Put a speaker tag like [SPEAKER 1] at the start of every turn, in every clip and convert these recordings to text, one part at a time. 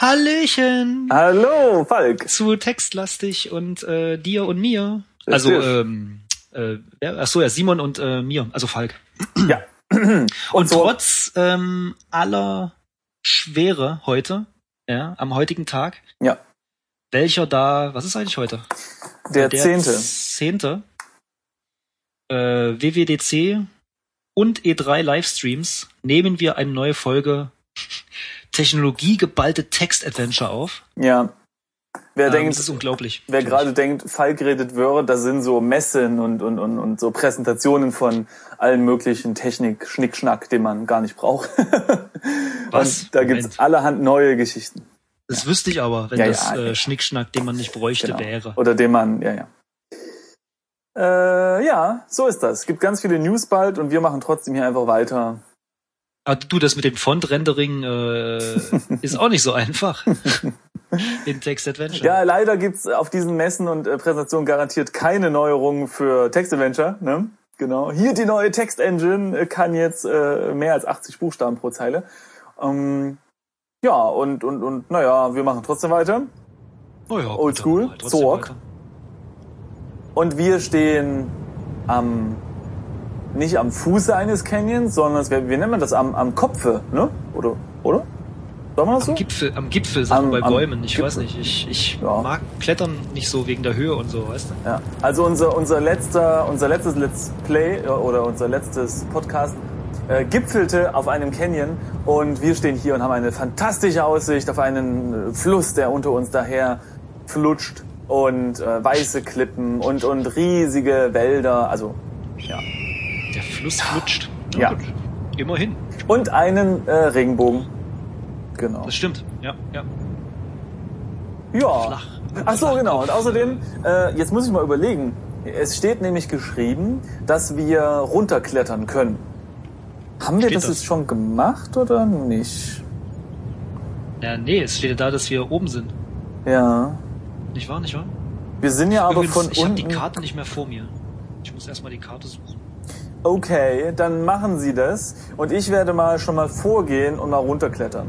[SPEAKER 1] Hallöchen!
[SPEAKER 2] Ah. Hallo, Falk.
[SPEAKER 1] Zu textlastig und äh, dir und mir.
[SPEAKER 2] Das
[SPEAKER 1] also,
[SPEAKER 2] ist-
[SPEAKER 1] ähm, äh, ja, ach so ja, Simon und äh, mir, also Falk.
[SPEAKER 2] Ja.
[SPEAKER 1] Und
[SPEAKER 2] so-
[SPEAKER 1] trotz ähm, aller Schwere heute, ja, am heutigen Tag,
[SPEAKER 2] Ja.
[SPEAKER 1] welcher da, was ist eigentlich heute?
[SPEAKER 2] Der, Zehnte.
[SPEAKER 1] Zehnte. Äh, WWDC und E3 Livestreams nehmen wir eine neue Folge Technologie geballte Text-Adventure auf.
[SPEAKER 2] Ja. Wer
[SPEAKER 1] Ähm,
[SPEAKER 2] denkt,
[SPEAKER 1] das ist unglaublich.
[SPEAKER 2] wer gerade denkt, Falk redet Wörter, das sind so Messen und, und, und, und so Präsentationen von allen möglichen Technik, Schnickschnack, den man gar nicht braucht.
[SPEAKER 1] Was?
[SPEAKER 2] Und da gibt's
[SPEAKER 1] Moment.
[SPEAKER 2] allerhand neue Geschichten.
[SPEAKER 1] Das wüsste ich aber, wenn
[SPEAKER 2] Ja,
[SPEAKER 1] das
[SPEAKER 2] ja,
[SPEAKER 1] äh,
[SPEAKER 2] ja.
[SPEAKER 1] Schnickschnack, den man nicht bräuchte,
[SPEAKER 2] Genau.
[SPEAKER 1] wäre.
[SPEAKER 2] Oder den man, ja, ja. Äh, ja, so ist das. Es gibt ganz viele News bald und wir machen trotzdem hier einfach weiter.
[SPEAKER 1] Aber Ah, du, das mit dem Font-Rendering äh, ist auch nicht so einfach. In Text-Adventure.
[SPEAKER 2] Ja, leider gibt's auf diesen Messen und äh, Präsentationen garantiert keine Neuerungen für Text Adventure. Ne? Genau. Hier die neue Text Engine äh, kann jetzt äh, mehr als 80 Buchstaben pro Zeile. Ähm, ja, und, und, und naja, wir machen trotzdem weiter.
[SPEAKER 1] oh ja, gut,
[SPEAKER 2] old school,
[SPEAKER 1] aber trotzdem
[SPEAKER 2] Zorg.
[SPEAKER 1] weiter.
[SPEAKER 2] Und wir stehen am nicht am Fuße eines Canyons, sondern es wär, wie nennt man das? Am, am Kopfe, ne? Oder? Oder? Sagen wir das so?
[SPEAKER 1] Am Gipfel, am Gipfel sind
[SPEAKER 2] Am-
[SPEAKER 1] wir bei
[SPEAKER 2] am
[SPEAKER 1] Bäumen. Ich
[SPEAKER 2] Gipfel.
[SPEAKER 1] weiß nicht, ich, ich
[SPEAKER 2] Ja.
[SPEAKER 1] mag Klettern nicht so wegen der Höhe und so, weißt du?
[SPEAKER 2] Ja, also unser, unser, letzter, unser letztes Let's Play äh, oder unser letztes Podcast äh, gipfelte auf einem Canyon und wir stehen hier und haben eine fantastische Aussicht auf einen äh, Fluss, der unter uns daher flutscht und äh, weiße Klippen und, und riesige Wälder, also ja.
[SPEAKER 1] Der Fluss flutscht. Na
[SPEAKER 2] Ja.
[SPEAKER 1] gut, Immerhin.
[SPEAKER 2] Und einen äh, Regenbogen. Genau.
[SPEAKER 1] Das stimmt. Ja, ja.
[SPEAKER 2] Ja.
[SPEAKER 1] Flach.
[SPEAKER 2] Ach so, genau. Und außerdem, äh, jetzt muss ich mal überlegen. Es steht nämlich geschrieben, dass wir runterklettern können. Haben wir
[SPEAKER 1] Steht
[SPEAKER 2] das,
[SPEAKER 1] das?
[SPEAKER 2] jetzt schon gemacht oder nicht?
[SPEAKER 1] ja. Nee, es steht ja da, dass wir oben sind.
[SPEAKER 2] Ja.
[SPEAKER 1] Nicht wahr, nicht wahr?
[SPEAKER 2] Wir sind ja aber
[SPEAKER 1] Übrigens,
[SPEAKER 2] von
[SPEAKER 1] ich habe die
[SPEAKER 2] unten.
[SPEAKER 1] Karte nicht mehr vor mir. Ich muss erstmal die Karte suchen.
[SPEAKER 2] Okay, dann machen Sie das. Und ich werde mal schon mal vorgehen und mal runterklettern.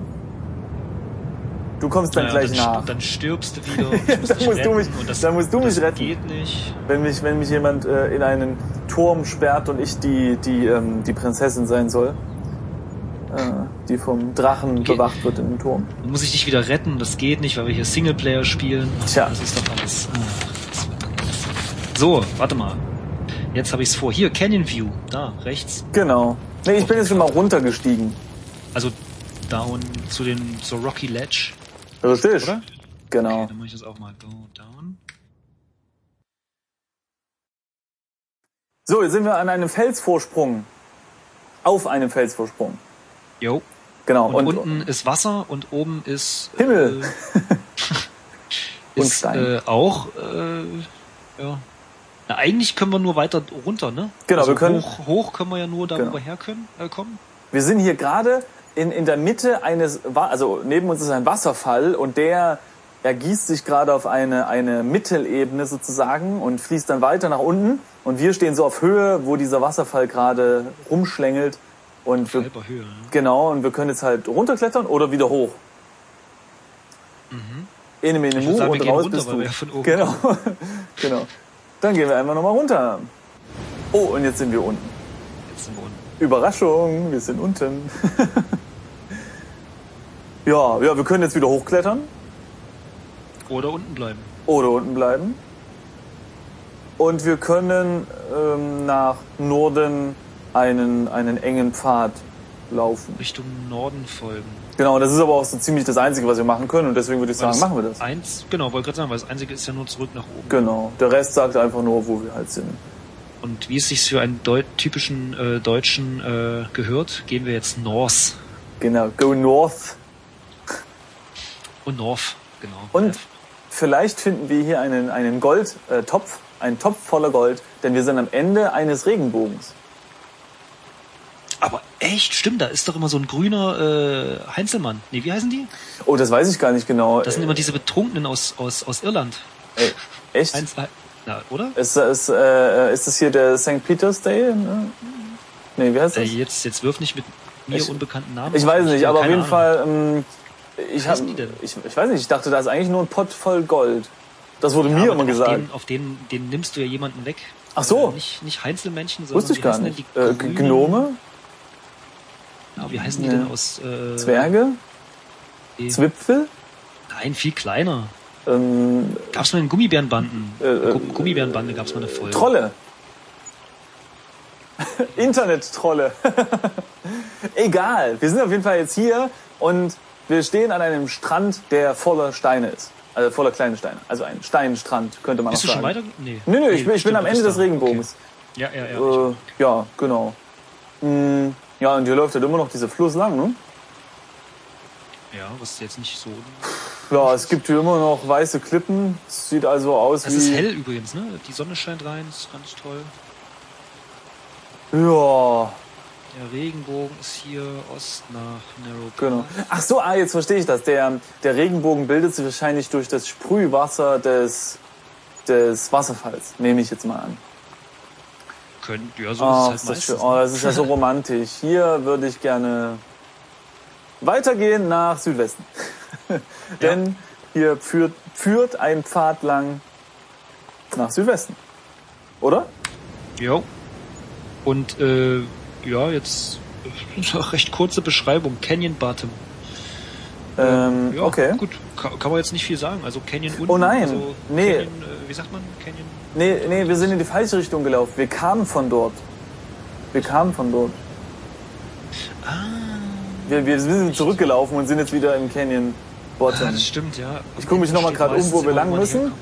[SPEAKER 2] Du kommst dann
[SPEAKER 1] Naja,
[SPEAKER 2] gleich
[SPEAKER 1] st-
[SPEAKER 2] nach.
[SPEAKER 1] Dann stirbst du wieder. Und ich muss
[SPEAKER 2] Dann
[SPEAKER 1] dich
[SPEAKER 2] musst du
[SPEAKER 1] retten
[SPEAKER 2] mich-
[SPEAKER 1] und das,
[SPEAKER 2] dann musst du
[SPEAKER 1] das
[SPEAKER 2] mich retten.
[SPEAKER 1] Geht nicht.
[SPEAKER 2] Wenn mich, wenn mich jemand äh, in einen Turm sperrt und ich die, die, ähm, die Prinzessin sein soll, äh, die vom Drachen
[SPEAKER 1] Okay.
[SPEAKER 2] bewacht wird im Turm.
[SPEAKER 1] Dann muss ich dich wieder retten. Das geht nicht, weil wir hier Singleplayer spielen.
[SPEAKER 2] Tja.
[SPEAKER 1] Das ist doch alles. Ach, das wird alles. So, warte mal. Jetzt habe ich es vor. Hier, Canyon View. Da, rechts.
[SPEAKER 2] Genau. Nee, ich bin jetzt schon mal runtergestiegen.
[SPEAKER 1] Also down zu den zur Rocky Ledge.
[SPEAKER 2] Richtig.
[SPEAKER 1] Also Oder?
[SPEAKER 2] Genau.
[SPEAKER 1] Okay, dann mache ich das auch mal. Go down.
[SPEAKER 2] So, jetzt sind wir an einem Felsvorsprung. Auf einem Felsvorsprung.
[SPEAKER 1] Jo.
[SPEAKER 2] Genau.
[SPEAKER 1] Und, unten ist Wasser und oben ist
[SPEAKER 2] Himmel.
[SPEAKER 1] Äh,
[SPEAKER 2] Und
[SPEAKER 1] ist
[SPEAKER 2] Stein.
[SPEAKER 1] Äh, auch äh, ja. Na, eigentlich können wir nur weiter runter, ne?
[SPEAKER 2] Genau, wir können-
[SPEAKER 1] hoch, hoch können wir ja nur darüber
[SPEAKER 2] Genau.
[SPEAKER 1] her können, äh, kommen.
[SPEAKER 2] Wir sind hier gerade in, in der Mitte eines, Wa- also neben uns ist ein Wasserfall und der ergießt sich gerade auf eine, eine Mittelebene sozusagen und fließt dann weiter nach unten. Und wir stehen so auf Höhe, wo dieser Wasserfall gerade rumschlängelt. Und wir,
[SPEAKER 1] Halber Höhe. Ne?
[SPEAKER 2] genau, und wir können jetzt halt runterklettern oder wieder hoch. Ene, mene,
[SPEAKER 1] Mhm. würd
[SPEAKER 2] mu
[SPEAKER 1] sagen, wir
[SPEAKER 2] und
[SPEAKER 1] gehen
[SPEAKER 2] raus
[SPEAKER 1] runter,
[SPEAKER 2] bist
[SPEAKER 1] weil
[SPEAKER 2] du.
[SPEAKER 1] wir ja von oben
[SPEAKER 2] genau. genau. Dann gehen wir einfach nochmal runter. Oh, und jetzt sind wir unten.
[SPEAKER 1] Jetzt sind wir unten.
[SPEAKER 2] Überraschung, wir sind unten. ja, ja, wir können jetzt wieder hochklettern
[SPEAKER 1] Oder unten bleiben.
[SPEAKER 2] oder unten bleiben. Und wir können ähm, nach Norden einen, einen engen Pfad laufen.
[SPEAKER 1] Richtung Norden folgen.
[SPEAKER 2] Genau, das ist aber auch so ziemlich das Einzige, was wir machen können. Und deswegen würde ich
[SPEAKER 1] Weil
[SPEAKER 2] sagen, machen wir das.
[SPEAKER 1] Eins, genau, wollte gerade sagen, weil das einzige ist ja nur zurück nach oben.
[SPEAKER 2] Genau, der Rest sagt einfach nur, wo wir halt sind.
[SPEAKER 1] Und wie es sich für einen Deu typischen äh, Deutschen äh, gehört, gehen wir jetzt North.
[SPEAKER 2] Genau, go north.
[SPEAKER 1] Und North, genau.
[SPEAKER 2] Und vielleicht finden wir hier einen, einen Goldtopf, äh, Topf, einen Topf voller Gold, denn wir sind am Ende eines Regenbogens.
[SPEAKER 1] Aber echt, stimmt, da ist doch immer so ein grüner äh, Heinzelmann. Nee, wie heißen die?
[SPEAKER 2] Oh, das weiß ich gar nicht genau.
[SPEAKER 1] Das sind immer diese Betrunkenen aus, aus, aus Irland.
[SPEAKER 2] Ey, echt?
[SPEAKER 1] Heinz, He- na, oder?
[SPEAKER 2] Ist, ist, äh, ist das hier der St. Peter's Day? Ne, Nee, wie heißt
[SPEAKER 1] Äh,
[SPEAKER 2] das?
[SPEAKER 1] jetzt, jetzt wirf nicht mit mir
[SPEAKER 2] Ich-
[SPEAKER 1] unbekannten Namen.
[SPEAKER 2] Ich
[SPEAKER 1] auf
[SPEAKER 2] weiß
[SPEAKER 1] mich.
[SPEAKER 2] nicht,
[SPEAKER 1] Ja,
[SPEAKER 2] aber auf
[SPEAKER 1] keine
[SPEAKER 2] jeden
[SPEAKER 1] Ahnung.
[SPEAKER 2] Fall ähm, Ich, hab,
[SPEAKER 1] heißen die denn?
[SPEAKER 2] ich, ich weiß nicht, ich dachte, da ist eigentlich nur ein Pott voll Gold. Das wurde mir
[SPEAKER 1] Aber
[SPEAKER 2] immer
[SPEAKER 1] auf
[SPEAKER 2] gesagt.
[SPEAKER 1] Den, auf den, den nimmst du ja jemanden weg.
[SPEAKER 2] Ach so.
[SPEAKER 1] Äh, nicht, nicht Heinzelmännchen, sondern
[SPEAKER 2] Wusste ich
[SPEAKER 1] wie
[SPEAKER 2] gar
[SPEAKER 1] heißen
[SPEAKER 2] nicht.
[SPEAKER 1] Denn
[SPEAKER 2] Äh,
[SPEAKER 1] die grünen-
[SPEAKER 2] Gnome?
[SPEAKER 1] Ja, wie heißen die
[SPEAKER 2] Nee.
[SPEAKER 1] denn aus? Äh,
[SPEAKER 2] Zwerge?
[SPEAKER 1] die-
[SPEAKER 2] Zwipfel?
[SPEAKER 1] Nein, viel kleiner.
[SPEAKER 2] Ähm,
[SPEAKER 1] Gab's mal in Gummibärenbanden.
[SPEAKER 2] Äh, äh,
[SPEAKER 1] Gu- Gummibärenbande gab's mal eine Folge.
[SPEAKER 2] Trolle. Internet-Trolle. Egal. Wir sind auf jeden Fall jetzt hier und wir stehen an einem Strand, der voller Steine ist. Also voller kleine Steine. Also ein Steinstrand, könnte man
[SPEAKER 1] Bist du
[SPEAKER 2] auch
[SPEAKER 1] schon
[SPEAKER 2] sagen.
[SPEAKER 1] weiter? Nee.
[SPEAKER 2] Nö, nö, ich, bin- ich bin
[SPEAKER 1] stimmt,
[SPEAKER 2] am
[SPEAKER 1] du
[SPEAKER 2] Ende
[SPEAKER 1] bist
[SPEAKER 2] des
[SPEAKER 1] da.
[SPEAKER 2] Regenbogens.
[SPEAKER 1] Okay. Ja, ja, ja. ich-
[SPEAKER 2] Äh, ja, genau. Mm, ja, und hier läuft halt immer noch dieser Fluss lang, ne?
[SPEAKER 1] ja, was jetzt nicht so.
[SPEAKER 2] Ja, es gibt hier immer noch weiße Klippen. Es sieht also aus
[SPEAKER 1] Es
[SPEAKER 2] wie...
[SPEAKER 1] ist hell übrigens, ne? Die Sonne scheint rein, ist ganz toll.
[SPEAKER 2] Ja,
[SPEAKER 1] Der Regenbogen ist hier Ost nach Narrow.
[SPEAKER 2] genau. Ach so, ah, jetzt verstehe ich das. Der, der Regenbogen bildet sich wahrscheinlich durch das Sprühwasser des, des Wasserfalls, nehme ich jetzt mal an.
[SPEAKER 1] Könnt, ja, so
[SPEAKER 2] Oh,
[SPEAKER 1] ist es
[SPEAKER 2] ist
[SPEAKER 1] halt
[SPEAKER 2] das, schön.
[SPEAKER 1] meistens.
[SPEAKER 2] oh, das ist ja so romantisch. Hier würde ich gerne weitergehen nach Südwesten. Denn hier führt, führt ein Pfad lang nach Südwesten. Oder?
[SPEAKER 1] Jo. Und äh, ja, jetzt ist auch recht kurze Beschreibung. Canyon Bottom.
[SPEAKER 2] Ähm,
[SPEAKER 1] Ja,
[SPEAKER 2] okay.
[SPEAKER 1] Gut, kann, kann man jetzt nicht viel sagen. Also Canyon unten.
[SPEAKER 2] Oh nein,
[SPEAKER 1] also
[SPEAKER 2] nee.
[SPEAKER 1] Canyon, äh, wie sagt man? Canyon.
[SPEAKER 2] Nee, nee, wir sind in die falsche Richtung gelaufen. Wir kamen von dort. Wir kamen von dort.
[SPEAKER 1] Ah,
[SPEAKER 2] Wir, wir sind zurückgelaufen und sind jetzt wieder im Canyon Bottom.
[SPEAKER 1] das stimmt, ja.
[SPEAKER 2] Ich guck mich noch mal
[SPEAKER 1] Steht
[SPEAKER 2] grad um, wo
[SPEAKER 1] meistens
[SPEAKER 2] wir
[SPEAKER 1] immer,
[SPEAKER 2] lang
[SPEAKER 1] man
[SPEAKER 2] müssen.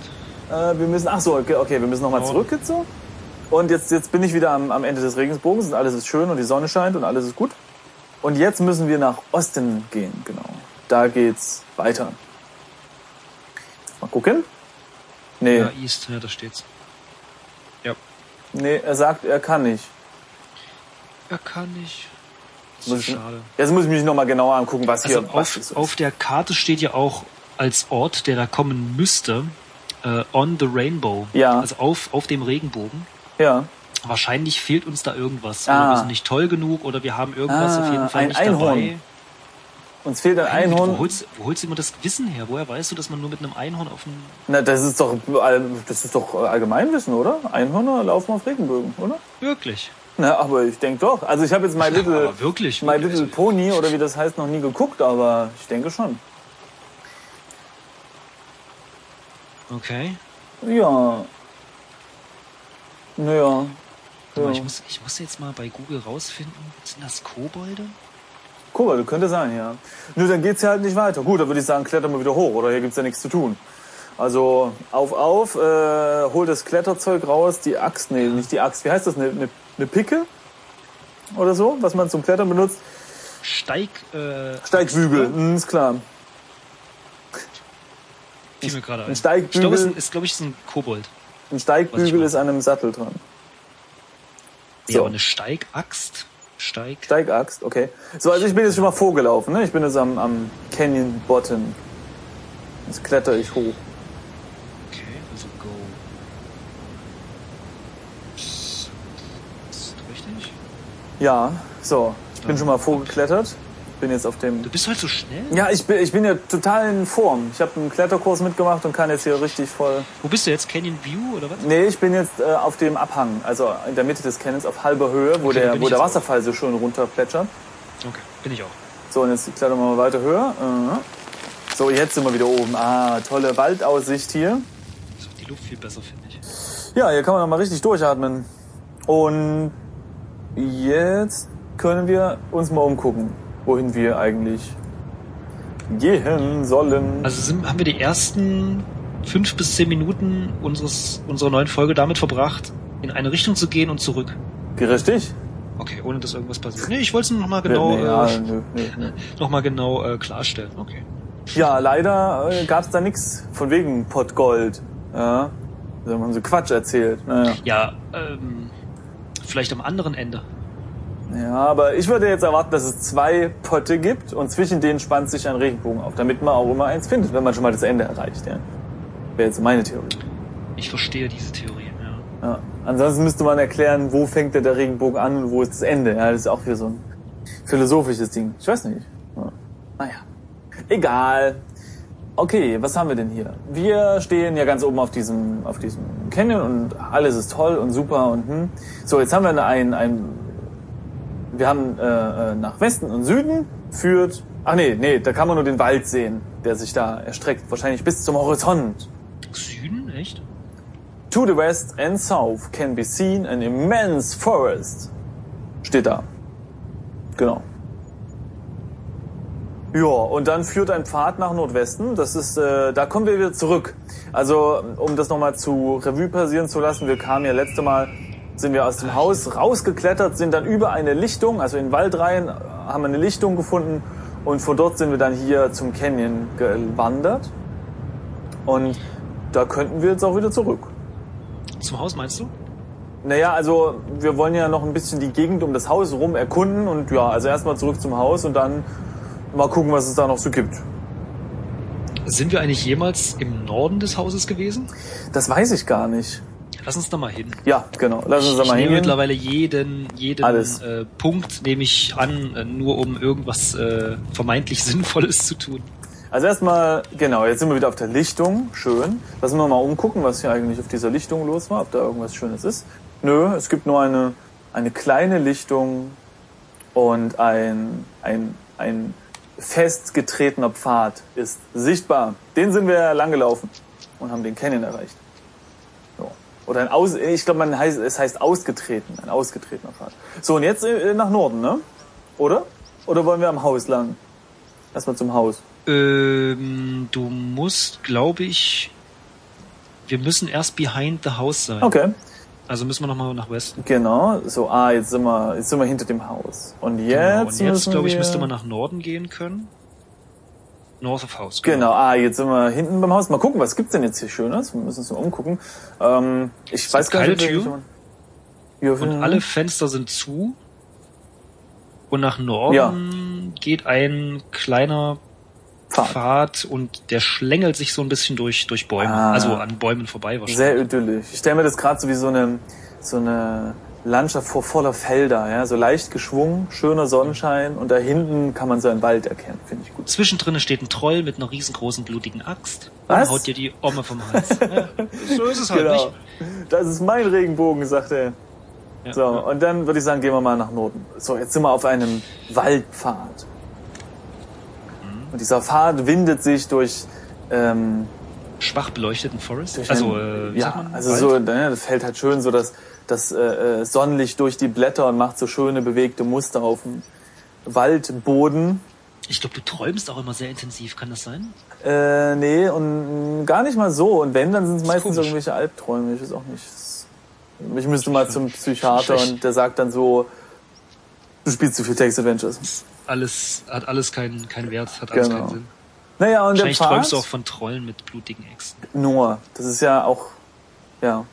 [SPEAKER 1] herkommt.
[SPEAKER 2] Äh, wir müssen, ach so, okay, okay wir müssen nochmal
[SPEAKER 1] Ja.
[SPEAKER 2] zurück jetzt so. Und jetzt, jetzt bin ich wieder am, am Ende des Regensbogens und alles ist schön und die Sonne scheint und alles ist gut. Und jetzt müssen wir nach Osten gehen, genau. Da geht's weiter. Mal gucken. Nee,
[SPEAKER 1] Ja, East, ja, da steht's.
[SPEAKER 2] nee, er sagt, er kann nicht.
[SPEAKER 1] Ja, kann ich. Das
[SPEAKER 2] Muss
[SPEAKER 1] ist
[SPEAKER 2] ich-
[SPEAKER 1] schade.
[SPEAKER 2] Jetzt muss ich mich nochmal genauer angucken, was
[SPEAKER 1] Also
[SPEAKER 2] hier was
[SPEAKER 1] auf,
[SPEAKER 2] ist.
[SPEAKER 1] auf der Karte steht ja auch als Ort, der da kommen müsste, äh, on the rainbow.
[SPEAKER 2] Ja.
[SPEAKER 1] Also auf, auf dem Regenbogen.
[SPEAKER 2] ja.
[SPEAKER 1] Wahrscheinlich fehlt uns da irgendwas.
[SPEAKER 2] Ah.
[SPEAKER 1] Oder wir sind nicht toll genug oder wir haben irgendwas
[SPEAKER 2] Ah,
[SPEAKER 1] auf jeden Fall
[SPEAKER 2] ein
[SPEAKER 1] nicht
[SPEAKER 2] Einhorn.
[SPEAKER 1] dabei.
[SPEAKER 2] Uns fehlt ein
[SPEAKER 1] Wo
[SPEAKER 2] Einhorn.
[SPEAKER 1] holst, wo holst du immer das Wissen her? Woher weißt du, dass man nur mit einem Einhorn auf dem...
[SPEAKER 2] Na, das ist doch, all- das ist doch Allgemeinwissen, oder? Einhörner laufen auf Regenbögen, oder?
[SPEAKER 1] Wirklich?
[SPEAKER 2] Na, aber ich denke doch. Also ich habe jetzt My Little,
[SPEAKER 1] aber wirklich.
[SPEAKER 2] My Little Pony oder wie das heißt noch nie geguckt, aber ich denke schon.
[SPEAKER 1] Okay.
[SPEAKER 2] Ja. Naja.
[SPEAKER 1] Warte
[SPEAKER 2] Ja.
[SPEAKER 1] mal, ich, muss, ich muss jetzt mal bei Google rausfinden, sind das Kobolde?
[SPEAKER 2] Kobold, könnte sein, ja. Nur dann geht's ja halt nicht weiter. Gut, dann würde ich sagen, klettern wir wieder hoch, oder hier gibt's ja nichts zu tun. Also auf, auf, äh, hol das Kletterzeug raus, die Axt, nee, nicht die Axt, wie heißt das, eine ne, ne Picke? Oder so, was man zum Klettern benutzt.
[SPEAKER 1] Steig... Äh,
[SPEAKER 2] Steigbügel, mhm, ist klar.
[SPEAKER 1] Fiel mir gerade ein.
[SPEAKER 2] Ein Steigbügel-
[SPEAKER 1] Ich glaube, es ist, ein- ist, glaube ich, ist ein Kobold.
[SPEAKER 2] Ein
[SPEAKER 1] Was ich
[SPEAKER 2] Steigbügel
[SPEAKER 1] meine.
[SPEAKER 2] ist an einem Sattel dran.
[SPEAKER 1] Ja,
[SPEAKER 2] So.
[SPEAKER 1] aber eine Steigaxt. Steig.
[SPEAKER 2] Steigaxt, okay. So, also ich bin jetzt schon mal vorgelaufen, ne? Ich bin jetzt am, am Canyon Bottom. Jetzt kletter ich hoch.
[SPEAKER 1] Okay, also go. Ist das richtig?
[SPEAKER 2] Ja, so. Ich bin schon mal vorgeklettert. Bin jetzt auf dem.
[SPEAKER 1] Du bist halt so schnell?
[SPEAKER 2] Ja, ich bin, ich bin ja total in Form. Ich habe einen Kletterkurs mitgemacht und kann jetzt hier richtig voll.
[SPEAKER 1] Wo bist du jetzt? Canyon View oder was?
[SPEAKER 2] Nee, ich bin jetzt äh, auf dem Abhang, also in der Mitte des Canyons auf halber Höhe, wo
[SPEAKER 1] Okay, da
[SPEAKER 2] der,
[SPEAKER 1] bin
[SPEAKER 2] wo
[SPEAKER 1] ich
[SPEAKER 2] der
[SPEAKER 1] jetzt
[SPEAKER 2] Wasserfall so schön runterplätschert.
[SPEAKER 1] Okay, bin ich auch.
[SPEAKER 2] So, und jetzt klettern wir mal weiter höher. Äh. So, jetzt sind wir wieder oben. Ah, tolle Waldaussicht hier.
[SPEAKER 1] Das macht die Luft viel besser, finde ich.
[SPEAKER 2] Ja, hier kann man noch mal richtig durchatmen. Und jetzt können wir uns mal umgucken, wohin wir eigentlich gehen sollen.
[SPEAKER 1] Also sind, haben wir die ersten fünf bis zehn Minuten unseres, unserer neuen Folge damit verbracht, in eine Richtung zu gehen und zurück.
[SPEAKER 2] Richtig?
[SPEAKER 1] Okay, ohne dass irgendwas passiert. Nee, ich wollte es nur nochmal genau,
[SPEAKER 2] Nee, ja,
[SPEAKER 1] äh,
[SPEAKER 2] nö, nö, nö.
[SPEAKER 1] noch mal genau äh, klarstellen. Okay.
[SPEAKER 2] ja, leider äh, gab's da nix von wegen Pottgold. Ja, da haben wir so Quatsch erzählt. Naja.
[SPEAKER 1] Ja, ähm, vielleicht am anderen Ende.
[SPEAKER 2] Ja, aber ich würde jetzt erwarten, dass es zwei Potte gibt und zwischen denen spannt sich ein Regenbogen auf, damit man auch immer eins findet, wenn man schon mal das Ende erreicht. Ja. Wäre jetzt meine Theorie.
[SPEAKER 1] Ich verstehe diese Theorie, ja.
[SPEAKER 2] Ja. Ansonsten müsste man erklären, wo fängt denn der Regenbogen an und wo ist das Ende. Ah Ja, das ist auch wieder so ein philosophisches Ding. Ich weiß nicht. Ja. Naja. Egal. Okay, was haben wir denn hier? Wir stehen ja ganz oben auf diesem, auf diesem Canyon und alles ist toll und super und hm. So, jetzt haben wir ein, ein wir haben äh, äh, nach Westen und Süden führt, ach nee, nee, da kann man nur den Wald sehen, der sich da erstreckt, wahrscheinlich bis zum Horizont.
[SPEAKER 1] Süden, echt?
[SPEAKER 2] To the west and south can be seen an immense forest. Steht da. Genau. Ja, und dann führt ein Pfad nach Nordwesten. Das ist, äh, da kommen wir wieder zurück. Also, um das nochmal zu Revue passieren zu lassen, wir kamen ja letzte Mal, sind wir aus dem Haus rausgeklettert, sind dann über eine Lichtung, also in den Wald rein, äh, haben eine Lichtung gefunden und von dort sind wir dann hier zum Canyon gewandert. Und da könnten wir jetzt auch wieder zurück.
[SPEAKER 1] Zum Haus meinst du?
[SPEAKER 2] Naja, also wir wollen ja noch ein bisschen die Gegend um das Haus rum erkunden und ja, also erstmal zurück zum Haus und dann mal gucken, was es da noch so gibt.
[SPEAKER 1] Sind wir eigentlich jemals im Norden des Hauses gewesen?
[SPEAKER 2] Das weiß ich gar nicht.
[SPEAKER 1] Lass uns da mal hin.
[SPEAKER 2] Ja, genau. Lass uns da
[SPEAKER 1] ich
[SPEAKER 2] mal
[SPEAKER 1] nehme
[SPEAKER 2] hingehen.
[SPEAKER 1] mittlerweile jeden, jeden
[SPEAKER 2] Alles.
[SPEAKER 1] äh, Punkt nehme ich an, äh, nur um irgendwas äh, vermeintlich Sinnvolles zu tun.
[SPEAKER 2] Also erstmal, genau, jetzt sind wir wieder auf der Lichtung. Schön. Lassen wir mal umgucken, was hier eigentlich auf dieser Lichtung los war, ob da irgendwas Schönes ist. Nö, es gibt nur eine, eine kleine Lichtung und ein, ein, ein festgetretener Pfad ist sichtbar. Den sind wir lang gelaufen und haben den Canyon erreicht. So. Oder ein Aus, ich glaube, man heißt, es heißt ausgetreten, ein ausgetretener Pfad. So, und jetzt äh, nach Norden, ne? Oder? Oder wollen wir am Haus lang? Erstmal zum Haus.
[SPEAKER 1] Ähm, du musst, glaube ich, wir müssen erst behind the house sein.
[SPEAKER 2] Okay.
[SPEAKER 1] Also müssen wir nochmal nach Westen.
[SPEAKER 2] Genau, so, ah, jetzt sind wir, jetzt sind wir hinter dem Haus. Und jetzt,
[SPEAKER 1] Genau. Und jetzt,
[SPEAKER 2] müssen
[SPEAKER 1] glaube ich,
[SPEAKER 2] wir,
[SPEAKER 1] müsste man nach Norden gehen können. North of House.
[SPEAKER 2] Genau, ah, jetzt sind wir hinten beim Haus. Mal gucken, was gibt's denn jetzt hier Schönes? Wir müssen uns mal umgucken. Ähm, ich weiß
[SPEAKER 1] gibt
[SPEAKER 2] gar
[SPEAKER 1] keine
[SPEAKER 2] nicht,
[SPEAKER 1] Tür.
[SPEAKER 2] ob wir- wir-
[SPEAKER 1] Und alle Fenster sind zu. Und nach Norden geht ein kleiner
[SPEAKER 2] Pfad.
[SPEAKER 1] Pfad und der schlängelt sich so ein bisschen durch, durch Bäume.
[SPEAKER 2] Ah.
[SPEAKER 1] Also an Bäumen vorbei wahrscheinlich.
[SPEAKER 2] Sehr idyllisch. Ich stelle mir das gerade so wie so eine, so eine Landschaft vor voller Felder, ja, so leicht geschwungen, schöner Sonnenschein und da hinten kann man so einen Wald erkennen, finde ich gut.
[SPEAKER 1] Zwischendrin steht ein Troll mit einer riesengroßen blutigen Axt.
[SPEAKER 2] Was? Genau.
[SPEAKER 1] Und haut dir die Oma vom Hals. ja, so ist es halt nicht.
[SPEAKER 2] Das ist mein Regenbogen, sagt er.
[SPEAKER 1] Ja,
[SPEAKER 2] So,
[SPEAKER 1] ja.
[SPEAKER 2] und dann würde ich sagen, gehen wir mal nach Norden. So, jetzt sind wir auf einem Waldpfad.
[SPEAKER 1] Mhm.
[SPEAKER 2] Und dieser Pfad windet sich durch, ähm,
[SPEAKER 1] Schwach beleuchteten Forest.
[SPEAKER 2] durch
[SPEAKER 1] also,
[SPEAKER 2] einen,
[SPEAKER 1] äh, wie sagt
[SPEAKER 2] ja,
[SPEAKER 1] man?
[SPEAKER 2] also
[SPEAKER 1] Wald?
[SPEAKER 2] so, ne, das fällt halt schön so das, das äh, äh, Sonnenlicht durch die Blätter und macht so schöne bewegte Muster auf dem Waldboden.
[SPEAKER 1] Ich glaube, du träumst auch immer sehr intensiv, kann das sein?
[SPEAKER 2] Äh, nee, und gar nicht mal so. Und wenn, dann sind es meistens
[SPEAKER 1] komisch.
[SPEAKER 2] irgendwelche Albträume. Ich weiß auch nicht. Das- Ich müsste mal zum Psychiater
[SPEAKER 1] Schlecht.
[SPEAKER 2] und der sagt dann so, du spielst zu viel Text Adventures.
[SPEAKER 1] Alles, hat alles keinen keinen Wert, hat alles
[SPEAKER 2] Genau.
[SPEAKER 1] keinen Sinn.
[SPEAKER 2] Naja, und der
[SPEAKER 1] Wahrscheinlich träumst
[SPEAKER 2] Pfad
[SPEAKER 1] du auch von Trollen mit blutigen Äxten.
[SPEAKER 2] nur. Das ist ja auch, ja.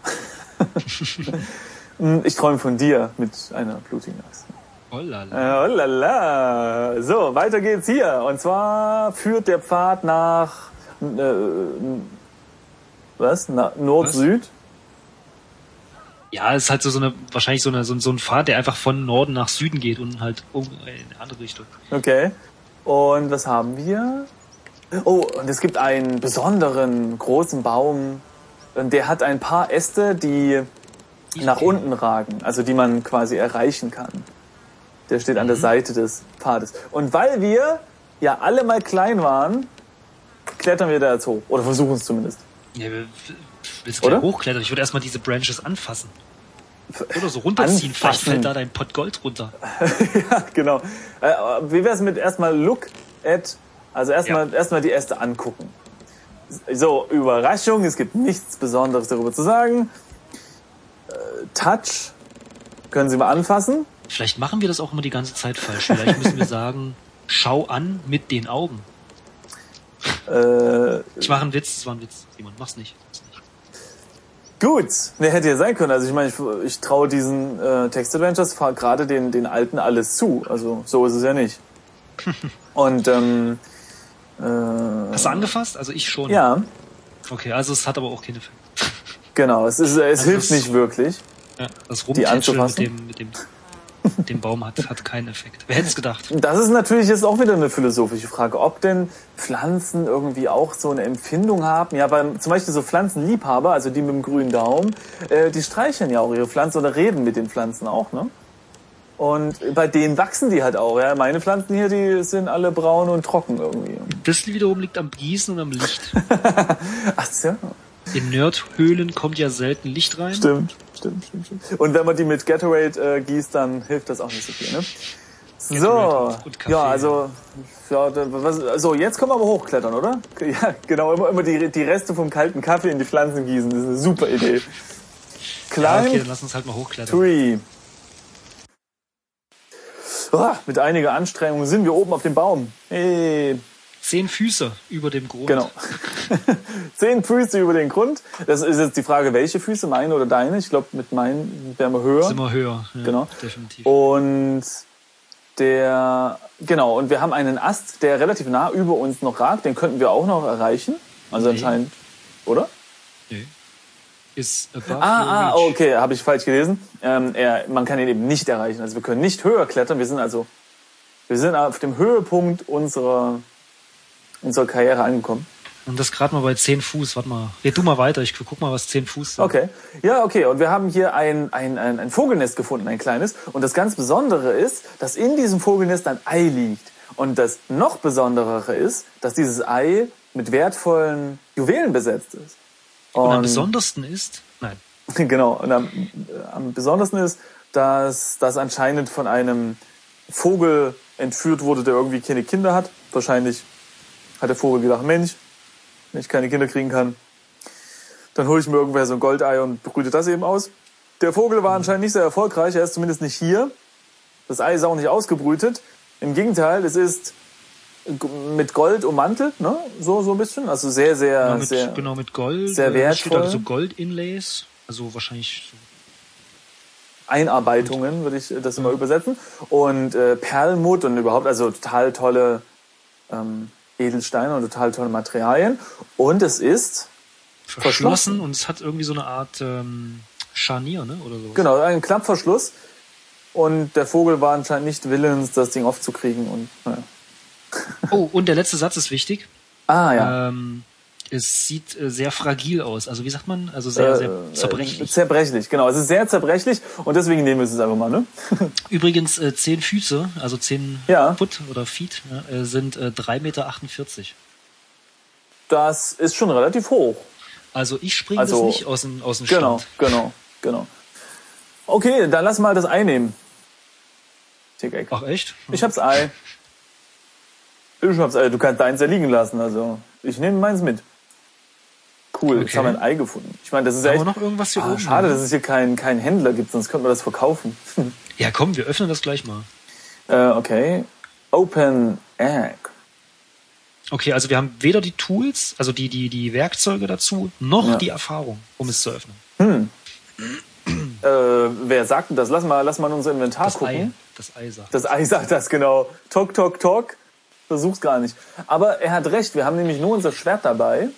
[SPEAKER 2] Hm, ich träume von dir mit einer blutigen Axt.
[SPEAKER 1] Oh lala.
[SPEAKER 2] Äh, oh la la. So, weiter geht's hier. Und zwar führt der Pfad nach, äh, was? Na, Nord-Süd?
[SPEAKER 1] Ja, es ist halt so, so eine, wahrscheinlich so, eine, so, ein- so ein Pfad, der einfach von Norden nach Süden geht und halt um in eine andere Richtung.
[SPEAKER 2] Okay. Und was haben wir? Oh, und es gibt einen besonderen großen Baum. Und der hat ein paar Äste, die nach unten ragen, also die man quasi erreichen kann. Der steht an der Seite des Pfades. Und weil wir ja alle mal klein waren, klettern wir da jetzt hoch. Oder versuchen es zumindest.
[SPEAKER 1] Ja, wir- willst du
[SPEAKER 2] Oder?
[SPEAKER 1] gleich hochklettern? Ich würde erstmal diese Branches anfassen. Oder so runterziehen. Vielleicht
[SPEAKER 2] Anfassen.
[SPEAKER 1] fällt da dein Pott Gold runter.
[SPEAKER 2] ja, genau. Äh, wie wär's mit erstmal Look at, also erstmal
[SPEAKER 1] Ja.
[SPEAKER 2] erstmal die Äste angucken. So, Überraschung, es gibt nichts Besonderes darüber zu sagen. Äh, Touch, können Sie mal anfassen?
[SPEAKER 1] Vielleicht machen wir das auch immer die ganze Zeit falsch. Vielleicht müssen wir sagen, schau an mit den Augen.
[SPEAKER 2] Äh,
[SPEAKER 1] Ich mache einen Witz, das war ein Witz. Simon, mach's nicht. Mach's nicht.
[SPEAKER 2] gut, ne, hätte ja sein können. Also ich meine, ich, ich traue diesen äh, Text-Adventures fahr- gerade den, den Alten alles zu. Also so ist es ja nicht. Und ähm, äh,
[SPEAKER 1] Hast du angefasst? Also ich schon.
[SPEAKER 2] ja,
[SPEAKER 1] Okay, also es hat aber auch keinen Effekt.
[SPEAKER 2] genau, es, ist, es
[SPEAKER 1] Also
[SPEAKER 2] hilft
[SPEAKER 1] es-
[SPEAKER 2] nicht wirklich.
[SPEAKER 1] Ja, das Rumtätscheln mit
[SPEAKER 2] anzufassen?
[SPEAKER 1] dem, mit dem mit dem Baum hat, hat keinen Effekt. Wer hätte es gedacht?
[SPEAKER 2] Das ist natürlich jetzt auch wieder eine philosophische Frage, ob denn Pflanzen irgendwie auch so eine Empfindung haben. Ja, beim, zum Beispiel so Pflanzenliebhaber, also die mit dem grünen Daumen, äh, die streicheln ja auch ihre Pflanzen oder reden mit den Pflanzen auch, ne? Und bei denen wachsen die halt auch, ja. Meine Pflanzen hier, die sind alle braun und trocken irgendwie.
[SPEAKER 1] Das wiederum liegt am Gießen und am Licht.
[SPEAKER 2] Ach so.
[SPEAKER 1] In Nerdhöhlen kommt ja selten Licht rein.
[SPEAKER 2] Stimmt, stimmt, stimmt, stimmt. Und wenn man die mit Gatorade äh, gießt, dann hilft das auch nicht so viel, ne? So,
[SPEAKER 1] Gatorade und- und Kaffee.
[SPEAKER 2] ja, also, ja, dann, was, so, jetzt können wir aber hochklettern, oder? Ja, genau, immer, immer die, die Reste vom kalten Kaffee in die Pflanzen gießen, das ist eine super Idee.
[SPEAKER 1] Ja,
[SPEAKER 2] Climb
[SPEAKER 1] okay, dann lass uns halt mal hochklettern.
[SPEAKER 2] Three. Ah, mit einiger Anstrengung sind wir oben auf dem Baum. Hey.
[SPEAKER 1] Zehn Füße über dem Grund.
[SPEAKER 2] Genau. Zehn Füße über den Grund. Das ist jetzt die Frage, welche Füße, meine oder deine? Ich glaube, mit meinen wären wir höher.
[SPEAKER 1] Sind wir höher. Ja,
[SPEAKER 2] Genau.
[SPEAKER 1] Definitiv.
[SPEAKER 2] Und der, genau, und wir haben einen Ast, der relativ nah über uns noch ragt. Den könnten wir auch noch erreichen. Also
[SPEAKER 1] Nee.
[SPEAKER 2] anscheinend, oder?
[SPEAKER 1] Nee. Ist above your
[SPEAKER 2] Ah, ah,
[SPEAKER 1] reach.
[SPEAKER 2] okay, habe ich falsch gelesen. Ähm, er, man kann ihn eben nicht erreichen. Also wir können nicht höher klettern. Wir sind also, wir sind auf dem Höhepunkt unserer, unserer Karriere angekommen.
[SPEAKER 1] Und das gerade mal bei 10 Fuß. Warte mal. Red du mal weiter. Ich guck mal, was 10 Fuß sind.
[SPEAKER 2] Okay. Ja, okay. Und wir haben hier ein, ein, ein, ein Vogelnest gefunden, ein kleines. Und das ganz Besondere ist, dass in diesem Vogelnest ein Ei liegt. Und das noch Besonderere ist, dass dieses Ei mit wertvollen Juwelen besetzt ist.
[SPEAKER 1] Und am besondersten ist. Nein.
[SPEAKER 2] Genau. Und am, am besondersten ist, dass das anscheinend von einem Vogel entführt wurde, der irgendwie keine Kinder hat. Wahrscheinlich hat der Vogel gedacht, Mensch, wenn ich keine Kinder kriegen kann, dann hole ich mir irgendwer so ein Goldei und brüte das eben aus. Der Vogel war anscheinend nicht sehr erfolgreich, er ist zumindest nicht hier. Das Ei ist auch nicht ausgebrütet. Im Gegenteil, es ist g- mit Gold ummantelt, ne? So, so ein bisschen. Also sehr, sehr,
[SPEAKER 1] Genau mit,
[SPEAKER 2] sehr.
[SPEAKER 1] genau mit Gold.
[SPEAKER 2] sehr
[SPEAKER 1] äh, da Steht da
[SPEAKER 2] wertvoll.
[SPEAKER 1] so Gold-Inlays. Also wahrscheinlich so
[SPEAKER 2] Einarbeitungen, würde ich das immer übersetzen. Und äh, Perlmutt und überhaupt, also total tolle ähm, Edelsteine und total tolle Materialien. Und es ist, Verschlossen.
[SPEAKER 1] verschlossen. Und es hat irgendwie so eine Art ähm, Scharnier, ne? Oder so.
[SPEAKER 2] genau, ein Klappverschluss. Und der Vogel war anscheinend nicht willens, das Ding aufzukriegen. Und, naja.
[SPEAKER 1] Oh, und der letzte Satz ist wichtig.
[SPEAKER 2] Ah ja.
[SPEAKER 1] Ähm, es sieht äh, sehr fragil aus. Also wie sagt man? Also sehr,
[SPEAKER 2] Äh,
[SPEAKER 1] sehr
[SPEAKER 2] äh,
[SPEAKER 1] zerbrechlich.
[SPEAKER 2] Zerbrechlich, genau. Es ist sehr zerbrechlich und deswegen nehmen wir es jetzt einfach mal, ne?
[SPEAKER 1] Übrigens, äh, zehn Füße, also zehn
[SPEAKER 2] Ja.
[SPEAKER 1] Foot oder Feet, ne, äh, sind äh, 3,48 Meter.
[SPEAKER 2] Das ist schon relativ hoch.
[SPEAKER 1] Also ich springe
[SPEAKER 2] Also,
[SPEAKER 1] das nicht aus dem, aus dem
[SPEAKER 2] Genau,
[SPEAKER 1] Stand.
[SPEAKER 2] genau, genau. Okay, dann lass mal das Ei nehmen. Tick-Eck.
[SPEAKER 1] Ach echt?
[SPEAKER 2] Ich hab's Ei. Ich hab's Ei. Du kannst deins ja liegen lassen. Also ich nehme meins mit. Cool, jetzt
[SPEAKER 1] Okay.
[SPEAKER 2] haben wir ein Ei gefunden. Ich meine, das ist ja
[SPEAKER 1] Haben
[SPEAKER 2] echt.
[SPEAKER 1] wir noch irgendwas hier
[SPEAKER 2] ah,
[SPEAKER 1] oben?
[SPEAKER 2] schade, dass es hier keinen keinen Händler gibt, sonst könnten wir das verkaufen.
[SPEAKER 1] Ja komm, wir öffnen das gleich mal.
[SPEAKER 2] äh, okay. Open Egg.
[SPEAKER 1] Okay, also wir haben weder die Tools, also die, die, die Werkzeuge dazu, noch die Erfahrung, um es zu öffnen.
[SPEAKER 2] Äh, wer sagt denn das? Lass mal, lass mal in unser Inventar
[SPEAKER 1] Das
[SPEAKER 2] gucken.
[SPEAKER 1] Ei, das Ei sagt.
[SPEAKER 2] Das Ei sagt das genau. Tok, tok, tok. Versuch's gar nicht. Aber er hat recht. Wir haben nämlich nur unser Schwert dabei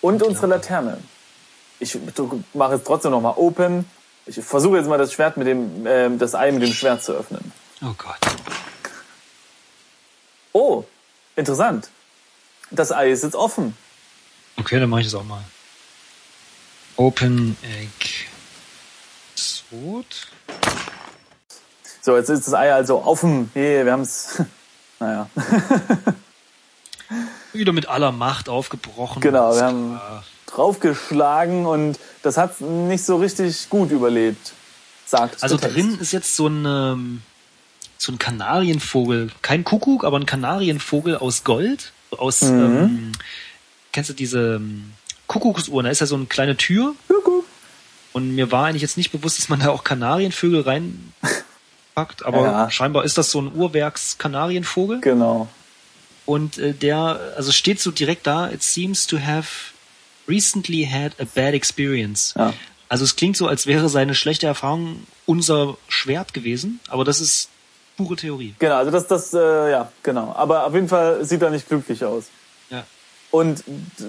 [SPEAKER 2] und unsere Laterne. Ich mache jetzt trotzdem noch mal open. Ich versuche jetzt mal das Schwert mit dem, ähm, das Ei mit dem Schwert zu öffnen.
[SPEAKER 1] Oh Gott.
[SPEAKER 2] Oh, interessant. Das Ei ist jetzt offen.
[SPEAKER 1] Okay, dann mache ich das auch mal. Open Egg. Rot.
[SPEAKER 2] So, jetzt ist das Ei also offen. Hey, wir haben's. Naja.
[SPEAKER 1] Wieder mit aller Macht aufgebrochen.
[SPEAKER 2] Genau, wir
[SPEAKER 1] Alles
[SPEAKER 2] haben-
[SPEAKER 1] klar.
[SPEAKER 2] Draufgeschlagen und das hat's nicht so richtig gut überlebt. Sagt
[SPEAKER 1] Also
[SPEAKER 2] der Text.
[SPEAKER 1] drin ist jetzt so ein, ähm, so ein Kanarienvogel. Kein Kuckuck, aber ein Kanarienvogel aus Gold. Aus,
[SPEAKER 2] Mhm.
[SPEAKER 1] ähm, kennst du diese ähm, Kuckucksuhren? Da ist ja so eine kleine Tür.
[SPEAKER 2] Kuckuck.
[SPEAKER 1] Und mir war eigentlich jetzt nicht bewusst, dass man da auch Kanarienvögel reinpackt. Aber
[SPEAKER 2] Ja.
[SPEAKER 1] scheinbar ist das so ein Urwerks-Kanarienvogel.
[SPEAKER 2] Genau.
[SPEAKER 1] Und äh, der, also steht so direkt da, it seems to have recently had a bad experience.
[SPEAKER 2] Ja.
[SPEAKER 1] Also es klingt so, als wäre seine schlechte Erfahrung unser Schwert gewesen, aber das ist pure Theorie.
[SPEAKER 2] Genau, also das, das, äh, ja, genau. Aber auf jeden Fall sieht er nicht glücklich aus.
[SPEAKER 1] Ja.
[SPEAKER 2] Und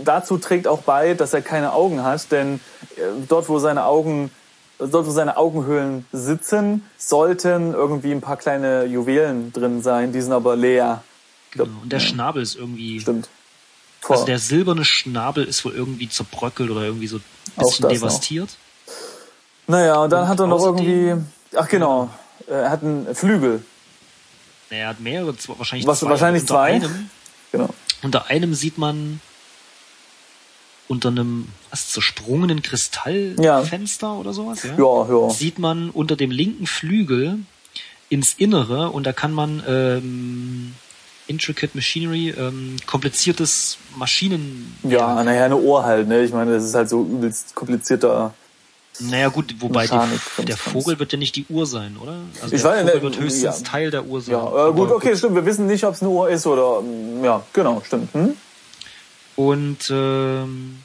[SPEAKER 2] dazu trägt auch bei, dass er keine Augen hat, denn äh, dort, wo seine Augen sollte seine Augenhöhlen sitzen, sollten irgendwie ein paar kleine Juwelen drin sein, die sind aber leer.
[SPEAKER 1] Genau. Und der Schnabel ist irgendwie.
[SPEAKER 2] Stimmt. Vor-
[SPEAKER 1] Also der silberne Schnabel ist wohl irgendwie zerbröckelt oder irgendwie so ein
[SPEAKER 2] Auch
[SPEAKER 1] bisschen
[SPEAKER 2] das
[SPEAKER 1] devastiert.
[SPEAKER 2] naja, und dann
[SPEAKER 1] Und
[SPEAKER 2] hat er noch
[SPEAKER 1] außerdem-
[SPEAKER 2] irgendwie, ach genau, er hat einen Flügel,
[SPEAKER 1] Naja, er hat mehrere, zwei- wahrscheinlich
[SPEAKER 2] Was-
[SPEAKER 1] zwei.
[SPEAKER 2] wahrscheinlich
[SPEAKER 1] unter
[SPEAKER 2] zwei.
[SPEAKER 1] Einem,
[SPEAKER 2] genau.
[SPEAKER 1] unter einem sieht man unter einem was, zersprungenen Kristallfenster oder sowas. Ja?
[SPEAKER 2] Ja, ja.
[SPEAKER 1] Sieht man unter dem linken Flügel ins Innere und da kann man ähm, Intricate Machinery, ähm, kompliziertes Maschinen.
[SPEAKER 2] Ja, naja, eine Ohr halt, ne? Ich meine, das ist halt so übelst komplizierter.
[SPEAKER 1] Naja gut, wobei
[SPEAKER 2] Mechanik,
[SPEAKER 1] die, der
[SPEAKER 2] Krimskrams.
[SPEAKER 1] Vogel wird ja nicht die Uhr sein, oder? Also
[SPEAKER 2] Ich
[SPEAKER 1] der
[SPEAKER 2] weiß
[SPEAKER 1] Vogel
[SPEAKER 2] nicht,
[SPEAKER 1] wird
[SPEAKER 2] ja.
[SPEAKER 1] höchstens Teil der Uhr sein.
[SPEAKER 2] Ja, äh, gut,
[SPEAKER 1] Aber
[SPEAKER 2] okay, stimmt. Wir wissen nicht, ob es eine Uhr ist oder mm, ja, genau, stimmt. Hm?
[SPEAKER 1] Und ähm,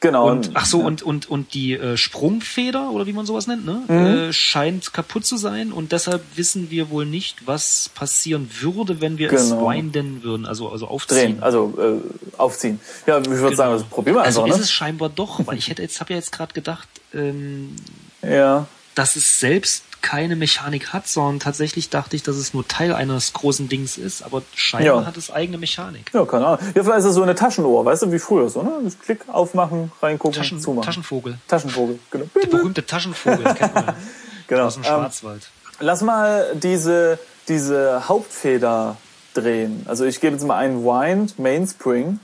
[SPEAKER 2] Genau.
[SPEAKER 1] Und ach so und und und die äh, Sprungfeder oder wie man sowas nennt, ne,
[SPEAKER 2] Mhm.
[SPEAKER 1] äh, scheint kaputt zu sein und deshalb wissen wir wohl nicht, was passieren würde, wenn wir es
[SPEAKER 2] Genau.
[SPEAKER 1] winden würden, also also aufziehen.
[SPEAKER 2] drehen, also äh, aufziehen. Ja, ich würde sagen, das probieren wir
[SPEAKER 1] also
[SPEAKER 2] einfach, ne?
[SPEAKER 1] ist es scheinbar doch, weil ich hätte jetzt habe ja jetzt gerade gedacht, ähm,
[SPEAKER 2] ne? Ja.
[SPEAKER 1] dass es selbst keine Mechanik hat, sondern tatsächlich dachte ich, dass es nur Teil eines großen Dings ist, aber scheinbar
[SPEAKER 2] Ja.
[SPEAKER 1] hat es eigene Mechanik.
[SPEAKER 2] Ja, keine Ahnung. Ja, vielleicht ist es so eine Taschenuhr, weißt du, wie früher so, ne? Das Klick aufmachen, reingucken,
[SPEAKER 1] Taschen,
[SPEAKER 2] zumachen.
[SPEAKER 1] Taschenvogel,
[SPEAKER 2] Taschenvogel, genau.
[SPEAKER 1] der berühmte Taschenvogel, das kennt man ja,
[SPEAKER 2] genau.
[SPEAKER 1] aus dem
[SPEAKER 2] Ähm,
[SPEAKER 1] Schwarzwald.
[SPEAKER 2] lass mal diese, diese Hauptfeder drehen. Also ich gebe jetzt mal ein Wind Mainspring.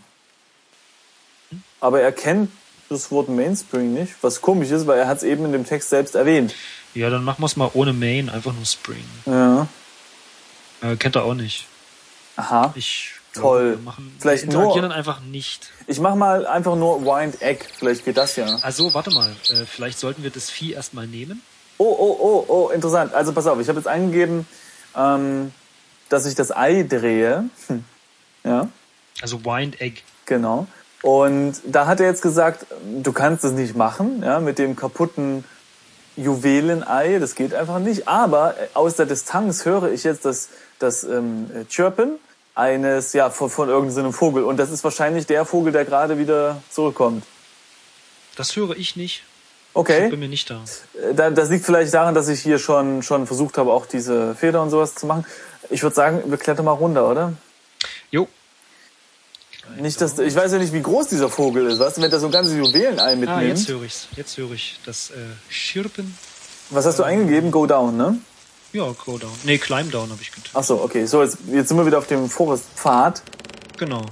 [SPEAKER 2] Aber er kennt das Wort Mainspring nicht, was komisch ist, weil er hat es eben in dem Text selbst erwähnt.
[SPEAKER 1] Ja, dann machen wir es mal ohne Main, einfach nur Spring.
[SPEAKER 2] Ja.
[SPEAKER 1] Äh, kennt er auch nicht.
[SPEAKER 2] Aha.
[SPEAKER 1] Ich wir
[SPEAKER 2] Toll.
[SPEAKER 1] machen,
[SPEAKER 2] Vielleicht
[SPEAKER 1] wir interagieren
[SPEAKER 2] nur-
[SPEAKER 1] dann einfach nicht.
[SPEAKER 2] Ich mach mal einfach nur Wind Egg. Vielleicht geht das ja.
[SPEAKER 1] Also, warte mal. Äh, vielleicht sollten wir das Vieh erstmal nehmen.
[SPEAKER 2] Oh, oh, oh, oh, interessant. Also pass auf, ich habe jetzt eingegeben, ähm, dass ich das Ei drehe. Hm. Ja.
[SPEAKER 1] Also Wind Egg.
[SPEAKER 2] Genau. Und da hat er jetzt gesagt, du kannst es nicht machen, ja, mit dem kaputten Juwelenei, das geht einfach nicht. Aber äh, aus der Distanz höre ich jetzt das, das ähm, Chirpen eines, ja, von, von irgendeinem Vogel. Und das ist wahrscheinlich der Vogel, der gerade wieder zurückkommt.
[SPEAKER 1] Das höre ich nicht. Ich bin
[SPEAKER 2] Okay,
[SPEAKER 1] mir nicht da.
[SPEAKER 2] Äh, da- das liegt vielleicht daran, dass ich hier schon, schon versucht habe, auch diese Feder und sowas zu machen. Ich würde sagen, wir klettern mal runter, oder?
[SPEAKER 1] Jo.
[SPEAKER 2] Nicht, dass, ich weiß ja nicht, wie groß dieser Vogel ist, weißt du, wenn der so ein ganzes Juwelenei mitnimmt.
[SPEAKER 1] Ah, jetzt höre ich's. Jetzt höre ich das äh, Schirpen.
[SPEAKER 2] Was hast du eingegeben? Go down, ne?
[SPEAKER 1] Ja, Go Down. Nee, Climb Down habe ich getan.
[SPEAKER 2] Ach so, okay. So, jetzt, jetzt sind wir wieder auf dem Forestpfad.
[SPEAKER 1] Genau.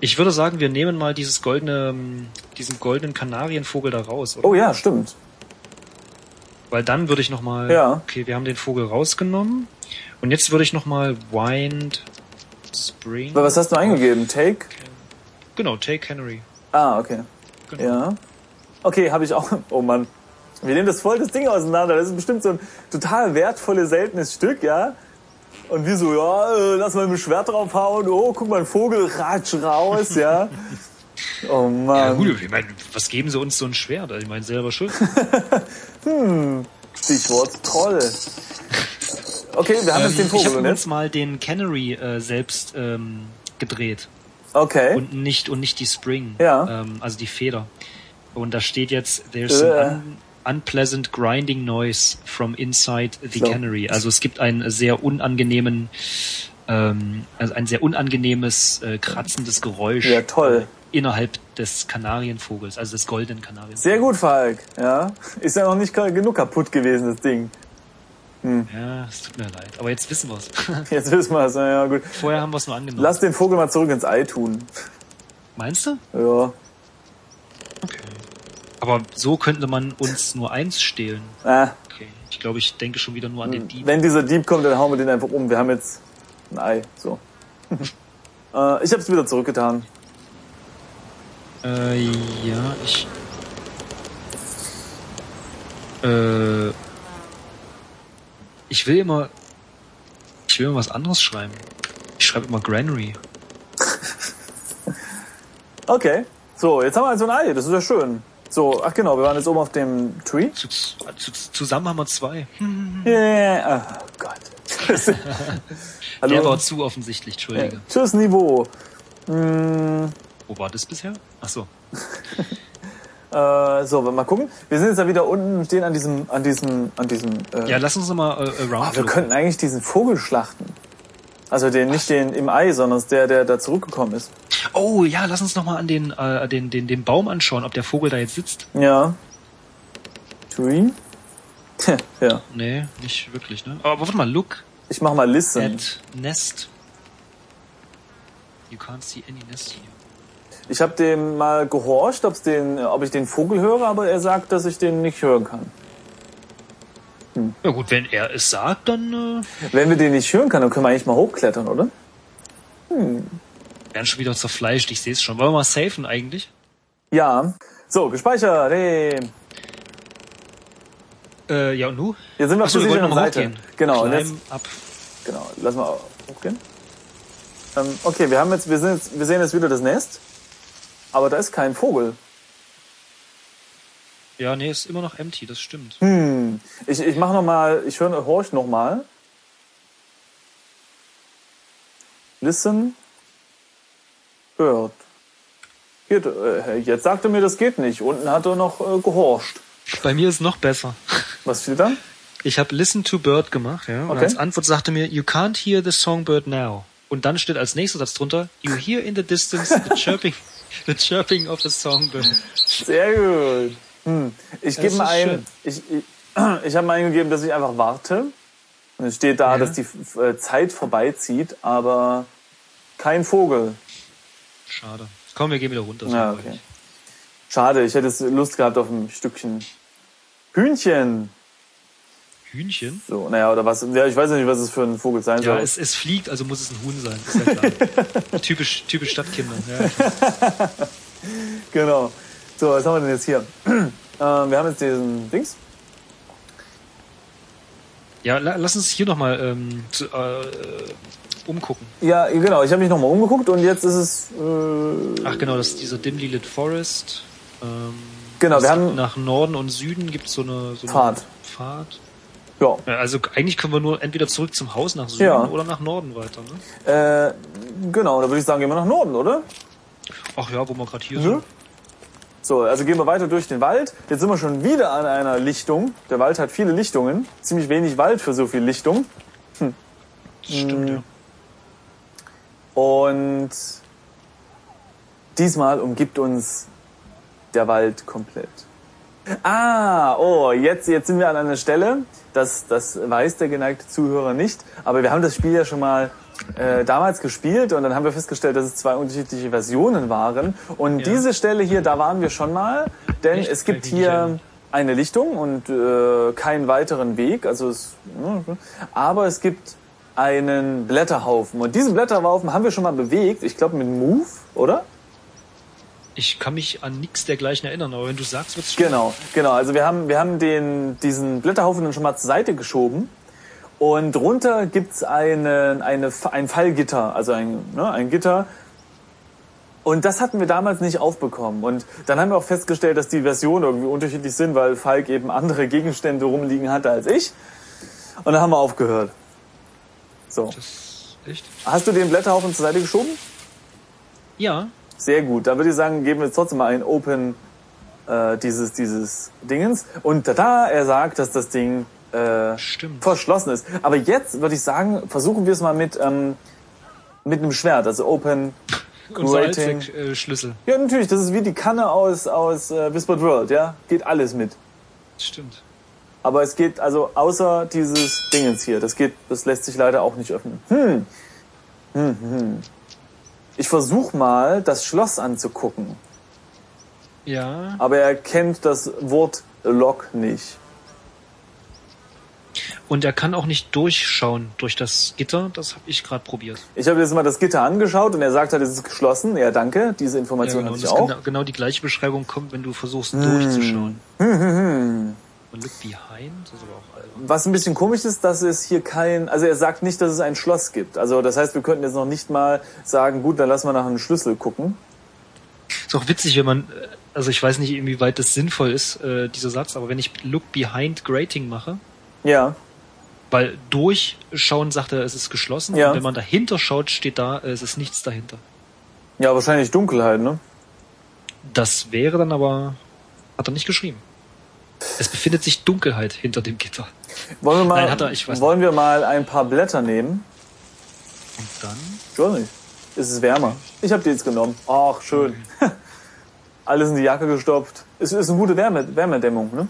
[SPEAKER 1] Ich würde sagen, wir nehmen mal dieses goldene, ähm, diesen goldenen Kanarienvogel da raus, oder?
[SPEAKER 2] Oh ja, stimmt.
[SPEAKER 1] Weil dann würde ich nochmal.
[SPEAKER 2] Ja.
[SPEAKER 1] Okay, wir haben den Vogel rausgenommen. Und jetzt würde ich nochmal Wind Spring.
[SPEAKER 2] Aber was hast du eingegeben? Take?
[SPEAKER 1] Genau, Take Henry.
[SPEAKER 2] Ah, okay.
[SPEAKER 1] Genau.
[SPEAKER 2] Ja. Okay, habe ich auch. Oh Mann. Wir nehmen das voll das Ding auseinander. Das ist bestimmt so ein total wertvolles, seltenes Stück, ja? Und wir so, ja, äh, lass mal mit dem Schwert draufhauen. Oh, guck mal, ein Vogel, ratsch raus, ja? Oh
[SPEAKER 1] Ja,
[SPEAKER 2] Mann.
[SPEAKER 1] gut, ich meine, was geben sie uns so ein Schwert? Also, ich meine, selber schuld.
[SPEAKER 2] Stichwort Troll. Okay, wir haben
[SPEAKER 1] Ähm,
[SPEAKER 2] jetzt den
[SPEAKER 1] ich
[SPEAKER 2] Vogel, ne?
[SPEAKER 1] habe
[SPEAKER 2] oder?
[SPEAKER 1] uns mal den Canary äh, selbst ähm, gedreht
[SPEAKER 2] Okay.
[SPEAKER 1] und nicht und nicht die Spring,
[SPEAKER 2] Ja.
[SPEAKER 1] ähm, also die Feder. Und da steht jetzt there's
[SPEAKER 2] Äh.
[SPEAKER 1] an unpleasant grinding noise from inside the
[SPEAKER 2] So.
[SPEAKER 1] canary. Also es gibt einen sehr unangenehmen ähm, also ein sehr unangenehmes äh, kratzendes Geräusch
[SPEAKER 2] Ja, toll.
[SPEAKER 1] äh, innerhalb des Kanarienvogels, also des goldenen Kanarienvogels.
[SPEAKER 2] Sehr gut, Falk. Ja, ist ja noch nicht ka- genug kaputt gewesen, das Ding.
[SPEAKER 1] Ja, es tut mir leid, aber jetzt wissen wir's.
[SPEAKER 2] Jetzt wissen wir es. Na Ja, gut.
[SPEAKER 1] Vorher haben wir es nur angenommen.
[SPEAKER 2] Lass den Vogel mal zurück ins Ei tun.
[SPEAKER 1] Meinst du?
[SPEAKER 2] Ja.
[SPEAKER 1] Okay. Aber so könnte man uns nur eins stehlen.
[SPEAKER 2] Ah,
[SPEAKER 1] Okay. Ich glaube, ich denke schon wieder nur an den Dieb.
[SPEAKER 2] wenn dieser Dieb kommt, dann hauen wir den einfach um. Wir haben jetzt ein Ei. So. äh, ich hab's wieder zurückgetan.
[SPEAKER 1] Äh, ja, ich. Äh. Ich will immer. Ich will immer was anderes schreiben. Ich schreibe immer Granary.
[SPEAKER 2] Okay. So, jetzt haben wir also ein Ei. Das ist ja schön. So, ach genau, wir waren jetzt oben auf dem Tree.
[SPEAKER 1] Zu, zu, zusammen haben wir zwei.
[SPEAKER 2] Yeah. Oh Gott. Hallo.
[SPEAKER 1] Der war zu offensichtlich, Entschuldige.
[SPEAKER 2] Tschüss, Niveau. Mm,
[SPEAKER 1] Wo war das bisher? Ach so.
[SPEAKER 2] äh, Äh, so, mal gucken. Wir sind jetzt da wieder unten und stehen an diesem, an diesem, an diesem. Äh,
[SPEAKER 1] Ja, lass uns nochmal äh,
[SPEAKER 2] Ah,
[SPEAKER 1] around
[SPEAKER 2] wir könnten eigentlich diesen Vogel schlachten. Also den, nicht den im Ei, sondern der, der da zurückgekommen ist.
[SPEAKER 1] Oh ja, lass uns nochmal an den, äh, den, den, den Baum anschauen, ob der Vogel da jetzt sitzt.
[SPEAKER 2] Ja. Tree? Tja, ja.
[SPEAKER 1] Nee, nicht wirklich, ne? Aber warte mal, look
[SPEAKER 2] Ich mach mal Listen.
[SPEAKER 1] at nest. You can't see any nest here.
[SPEAKER 2] Ich habe dem mal gehorcht, ob's den, ob ich den Vogel höre, aber er sagt, dass ich den nicht hören kann.
[SPEAKER 1] Ja gut, wenn er es sagt, dann äh,
[SPEAKER 2] Wenn wir den nicht hören können, dann können wir eigentlich mal hochklettern, oder?
[SPEAKER 1] werden schon wieder zerfleischt, ich sehe es schon. Wollen wir mal safen eigentlich?
[SPEAKER 2] Ja. So, gespeichert. Hey.
[SPEAKER 1] Äh, ja und nu?
[SPEAKER 2] Jetzt sind wir auf
[SPEAKER 1] Achso,
[SPEAKER 2] der
[SPEAKER 1] wir wollten
[SPEAKER 2] sicheren
[SPEAKER 1] nochmal
[SPEAKER 2] Seite.
[SPEAKER 1] hochgehen.
[SPEAKER 2] Genau, und jetzt,
[SPEAKER 1] Climb up.
[SPEAKER 2] genau. Lass mal hochgehen. Ähm, okay, wir haben jetzt, wir sind jetzt, wir sehen jetzt wieder das Nest. Aber da ist kein Vogel.
[SPEAKER 1] Ja, nee, ist immer noch empty, das stimmt.
[SPEAKER 2] Hm. Ich, ich mach noch mal, ich höre, horch noch mal. Listen. Hört. Geht, äh, jetzt sagte mir, das geht nicht. Unten hat er noch äh, gehorcht.
[SPEAKER 1] Bei mir ist noch besser.
[SPEAKER 2] Was steht da?
[SPEAKER 1] Ich habe Listen to Bird gemacht, ja. Und
[SPEAKER 2] Okay.
[SPEAKER 1] als Antwort sagte mir, You can't hear the songbird now. Und dann steht als nächster Satz drunter, You hear in the distance the chirping, the chirping of the songbird.
[SPEAKER 2] Sehr gut. Hm. Ich
[SPEAKER 1] Das
[SPEAKER 2] gebe mal
[SPEAKER 1] ist
[SPEAKER 2] ein,
[SPEAKER 1] schön.
[SPEAKER 2] ich, ich, ich habe mal eingegeben, dass ich einfach warte. Und es steht da,
[SPEAKER 1] Ja.
[SPEAKER 2] dass die F- äh, Zeit vorbeizieht, aber kein Vogel.
[SPEAKER 1] Schade. Komm, wir gehen wieder runter.
[SPEAKER 2] Ja, okay. Schade, ich hätte es Lust gehabt auf ein Stückchen Hühnchen.
[SPEAKER 1] Hühnchen?
[SPEAKER 2] So, naja, oder was? Ja, ich weiß nicht, was es für ein Vogel sein
[SPEAKER 1] Ja,
[SPEAKER 2] soll.
[SPEAKER 1] es, es fliegt, also muss es ein Huhn sein. Ist ja klar. typisch, typisch Stadtkinder. Ja.
[SPEAKER 2] Genau. So, was haben wir denn jetzt hier? ähm, wir haben jetzt diesen Dings.
[SPEAKER 1] ja, la, lass uns hier nochmal ähm, zu- äh, umgucken.
[SPEAKER 2] Ja, genau. Ich habe mich nochmal umgeguckt und jetzt ist es. Äh,
[SPEAKER 1] Ach genau, das ist dieser dimly lit forest. Ähm,
[SPEAKER 2] Genau,
[SPEAKER 1] es
[SPEAKER 2] wir
[SPEAKER 1] gibt
[SPEAKER 2] haben-
[SPEAKER 1] nach Norden und Süden gibt so eine, so eine
[SPEAKER 2] Pfad.
[SPEAKER 1] Pfad.
[SPEAKER 2] ja.
[SPEAKER 1] Ja, Also eigentlich können wir nur entweder zurück zum Haus nach Süden
[SPEAKER 2] Ja.
[SPEAKER 1] oder nach Norden weiter. Ne?
[SPEAKER 2] Äh, genau, da würde ich sagen, gehen wir nach Norden, oder?
[SPEAKER 1] Ach ja, wo wir gerade hier
[SPEAKER 2] Mhm.
[SPEAKER 1] sind.
[SPEAKER 2] So, also gehen wir weiter durch den Wald. Jetzt sind wir schon wieder an einer Lichtung. Der Wald hat viele Lichtungen. Ziemlich wenig Wald für so viel Lichtung.
[SPEAKER 1] Stimmt,
[SPEAKER 2] Mm.
[SPEAKER 1] ja.
[SPEAKER 2] Und diesmal umgibt uns der Wald komplett. Ah, oh, jetzt, jetzt sind wir an einer Stelle. Das, das weiß der geneigte Zuhörer nicht. Aber wir haben das Spiel ja schon mal äh, damals gespielt und dann haben wir festgestellt, dass es zwei unterschiedliche Versionen waren. Und diese Stelle hier, da waren wir schon mal, denn
[SPEAKER 1] Echt?
[SPEAKER 2] es gibt
[SPEAKER 1] Kann ich mich nicht
[SPEAKER 2] hier
[SPEAKER 1] erinnern.
[SPEAKER 2] eine Lichtung und äh, keinen weiteren Weg. Also es, aber es gibt einen Blätterhaufen. Und diesen Blätterhaufen haben wir schon mal bewegt. Ich glaube mit Move, oder?
[SPEAKER 1] Ich kann mich an nichts dergleichen erinnern, aber wenn du sagst, wird's stimmen.
[SPEAKER 2] Genau, genau. Also wir haben, wir haben den, diesen Blätterhaufen dann schon mal zur Seite geschoben. Und drunter gibt's eine, eine, ein Fallgitter, also ein, ne, ein Gitter. Und das hatten wir damals nicht aufbekommen. Und dann haben wir auch festgestellt, dass die Versionen irgendwie unterschiedlich sind, weil Falk eben andere Gegenstände rumliegen hatte als ich. Und dann haben wir aufgehört. So.
[SPEAKER 1] Das echt?
[SPEAKER 2] Hast du den Blätterhaufen zur Seite geschoben?
[SPEAKER 1] Ja.
[SPEAKER 2] Sehr gut. Dann würde ich sagen, geben wir jetzt trotzdem mal ein Open äh, dieses, dieses Dingens. Und tada, er sagt, dass das Ding äh,
[SPEAKER 1] Stimmt.
[SPEAKER 2] verschlossen ist. Aber jetzt würde ich sagen, versuchen wir es mal mit, ähm, mit einem Schwert. Also Open.
[SPEAKER 1] Unser äh,
[SPEAKER 2] Rating.
[SPEAKER 1] Alltag-Schlüssel.
[SPEAKER 2] Ja, natürlich, das ist wie die Kanne aus, aus äh, Whispered World, ja. Geht alles mit.
[SPEAKER 1] Stimmt.
[SPEAKER 2] Aber es geht also außer dieses Dingens hier. Das geht, das lässt sich leider auch nicht öffnen. Hm. Hm, hm. Ich versuche mal, das Schloss anzugucken.
[SPEAKER 1] Ja.
[SPEAKER 2] aber er kennt das Wort Lock nicht.
[SPEAKER 1] Und er kann auch nicht durchschauen durch das Gitter. Das habe ich gerade probiert.
[SPEAKER 2] Ich habe jetzt mal das Gitter angeschaut und er sagt halt, es ist geschlossen. Ja, danke, diese Information
[SPEAKER 1] genau,
[SPEAKER 2] hatte
[SPEAKER 1] und
[SPEAKER 2] ich
[SPEAKER 1] das
[SPEAKER 2] auch. Hm.
[SPEAKER 1] genau, genau die gleiche Beschreibung kommt, wenn du versuchst durchzuschauen. Und look behind, das ist aber auch albern.
[SPEAKER 2] Was ein bisschen komisch ist, dass es hier kein, also er sagt nicht, dass es ein Schloss gibt. Also das heißt, wir könnten jetzt noch nicht mal sagen, gut, dann lassen wir nach einem Schlüssel gucken.
[SPEAKER 1] Ist auch witzig, wenn man, äh, also ich weiß nicht, inwieweit das sinnvoll ist, äh, dieser Satz, aber wenn ich Look Behind Grating mache,
[SPEAKER 2] Ja,
[SPEAKER 1] weil durchschauen sagt er, es ist geschlossen,
[SPEAKER 2] Ja.
[SPEAKER 1] und wenn man dahinter schaut, steht da, äh, es ist nichts dahinter.
[SPEAKER 2] ja, wahrscheinlich Dunkelheit, ne?
[SPEAKER 1] Das wäre dann aber Hat er nicht geschrieben. Es befindet sich Dunkelheit hinter dem Gitter.
[SPEAKER 2] Wollen wir mal,
[SPEAKER 1] Nein, hat er, ich weiß
[SPEAKER 2] wollen wir mal ein paar Blätter nehmen?
[SPEAKER 1] Und dann
[SPEAKER 2] Ich weiß nicht. Es ist wärmer. Ich habe die jetzt genommen. Ach, schön. Alles in die Jacke gestopft. Es ist eine gute Wärme, Wärmedämmung, ne?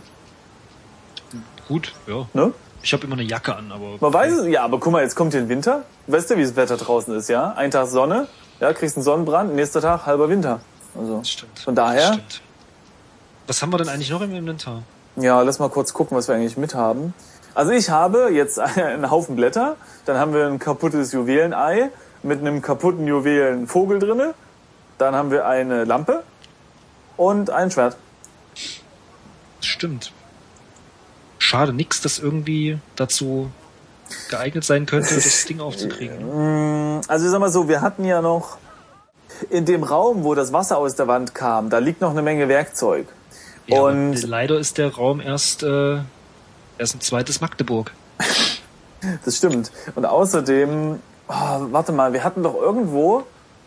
[SPEAKER 1] gut, ja.
[SPEAKER 2] ne?
[SPEAKER 1] Ich habe immer eine Jacke an, aber
[SPEAKER 2] Man weiß es, ja, aber guck mal, jetzt kommt hier ein Winter. Weißt du, wie das Wetter draußen ist, ja? Ein Tag Sonne, ja, kriegst einen Sonnenbrand, nächster Tag halber Winter. Also,
[SPEAKER 1] das stimmt.
[SPEAKER 2] Von daher-
[SPEAKER 1] Das Stimmt. Was haben wir denn eigentlich noch im Inventar?
[SPEAKER 2] ja, lass mal kurz gucken, was wir eigentlich mithaben. Also ich habe jetzt einen Haufen Blätter, dann haben wir ein kaputtes Juwelenei mit einem kaputten Juwelenvogel drinne, dann haben wir eine Lampe und ein Schwert.
[SPEAKER 1] Das Stimmt. Schade, nix, das irgendwie dazu geeignet sein könnte, das Ding aufzukriegen.
[SPEAKER 2] Also ich sag mal so, wir hatten ja noch in dem Raum, wo das Wasser aus der Wand kam, da liegt noch eine Menge Werkzeug.
[SPEAKER 1] Ja, aber
[SPEAKER 2] und
[SPEAKER 1] leider ist der Raum erst, äh, erst ein zweites Magdeburg.
[SPEAKER 2] Das stimmt. Und außerdem, oh, warte mal, wir hatten doch irgendwo,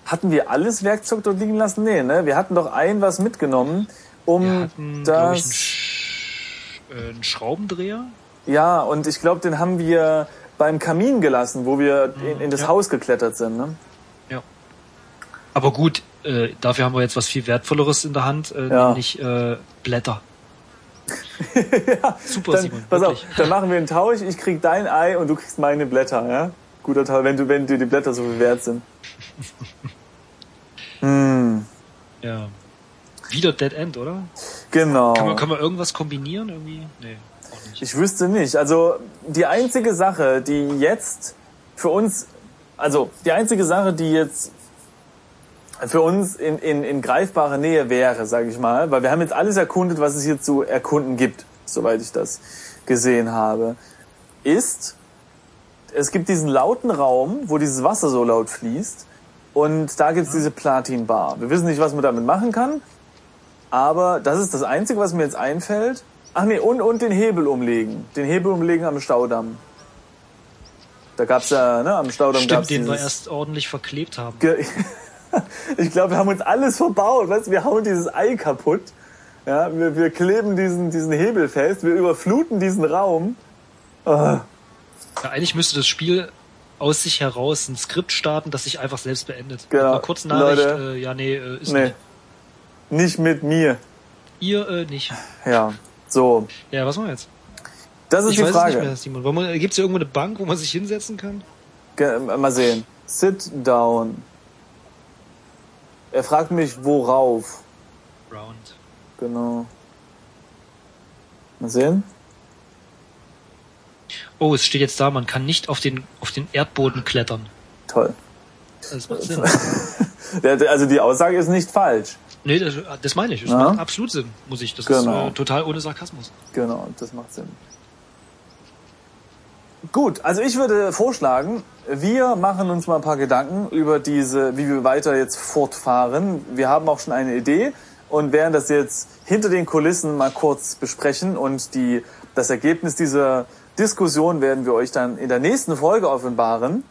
[SPEAKER 2] hatten wir alles Werkzeug dort liegen lassen? Nee, ne? Wir hatten doch ein was mitgenommen,
[SPEAKER 1] Wir
[SPEAKER 2] um
[SPEAKER 1] hatten, glaube ich, einen,
[SPEAKER 2] das.
[SPEAKER 1] Sch äh, einen Schraubendreher.
[SPEAKER 2] Ja, und ich glaube, den haben wir beim Kamin gelassen, wo wir in, in das
[SPEAKER 1] Hm, ja.
[SPEAKER 2] Haus geklettert sind. Ne?
[SPEAKER 1] Ja. Aber gut, äh, dafür haben wir jetzt was viel Wertvolleres in der Hand, äh,
[SPEAKER 2] Ja.
[SPEAKER 1] nämlich äh, Blätter. Super,
[SPEAKER 2] Dann,
[SPEAKER 1] Oh, Simon,
[SPEAKER 2] pass auf,
[SPEAKER 1] wirklich.
[SPEAKER 2] dann machen wir einen Tausch, ich krieg dein Ei und du kriegst meine Blätter, ja? Guter Tausch, wenn du, wenn dir die Blätter so viel wert sind. hm,
[SPEAKER 1] Ja. Wieder Dead End, oder?
[SPEAKER 2] genau.
[SPEAKER 1] Kann man, kann man irgendwas kombinieren? Irgendwie? Nee, auch nicht.
[SPEAKER 2] Ich wüsste nicht. Also die einzige Sache, die jetzt für uns, also die einzige Sache, die jetzt für uns in, in, in greifbare Nähe wäre, sage ich mal, weil wir haben jetzt alles erkundet, was es hier zu erkunden gibt, soweit ich das gesehen habe, ist, es gibt diesen lauten Raum, wo dieses Wasser so laut fließt und da
[SPEAKER 1] Mhm.
[SPEAKER 2] gibt's diese Platin-Bar. Wir wissen nicht, was man damit machen kann, aber das ist das Einzige, was mir jetzt einfällt. Ach nee, und, und den Hebel umlegen. Den Hebel umlegen am Staudamm. Da gab's ja, ne, am Staudamm gab's
[SPEAKER 1] Stimmt, den wir
[SPEAKER 2] dieses-
[SPEAKER 1] erst ordentlich verklebt haben.
[SPEAKER 2] Ge ich glaube, wir haben uns alles verbaut. Weißt? du, Wir hauen dieses Ei kaputt. Ja, wir, wir kleben diesen, diesen Hebel fest. Wir überfluten diesen Raum.
[SPEAKER 1] Ja, eigentlich müsste das Spiel aus sich heraus ein Skript starten, das sich einfach selbst beendet.
[SPEAKER 2] Genau.
[SPEAKER 1] Mal kurz Nachricht,
[SPEAKER 2] Leute.
[SPEAKER 1] äh, ja, nee, äh, ist
[SPEAKER 2] Nee,
[SPEAKER 1] nicht.
[SPEAKER 2] nicht mit mir.
[SPEAKER 1] Ihr äh, nicht.
[SPEAKER 2] Ja, so.
[SPEAKER 1] Ja, was machen wir jetzt?
[SPEAKER 2] Das ist
[SPEAKER 1] ich
[SPEAKER 2] die
[SPEAKER 1] weiß es nicht
[SPEAKER 2] Frage.
[SPEAKER 1] mehr, Simon. Gibt es irgendwo eine Bank, wo man sich hinsetzen kann?
[SPEAKER 2] Ge- äh, Mal sehen. Sit down. Er fragt mich, worauf.
[SPEAKER 1] Round.
[SPEAKER 2] Genau. Mal sehen.
[SPEAKER 1] Oh, es steht jetzt da, man kann nicht auf den, auf den Erdboden klettern.
[SPEAKER 2] Toll.
[SPEAKER 1] Das macht Sinn.
[SPEAKER 2] Der- der- Also die Aussage ist nicht falsch.
[SPEAKER 1] nee, das, das meine ich. Das
[SPEAKER 2] Ja.
[SPEAKER 1] macht absolut Sinn, muss ich. Das
[SPEAKER 2] Genau.
[SPEAKER 1] ist äh, total ohne Sarkasmus.
[SPEAKER 2] Genau, das macht Sinn. Gut, also ich würde vorschlagen, wir machen uns mal ein paar Gedanken über diese, wie wir weiter jetzt fortfahren. Wir haben auch schon eine Idee und werden das jetzt hinter den Kulissen mal kurz besprechen und die, das Ergebnis dieser Diskussion werden wir euch dann in der nächsten Folge offenbaren.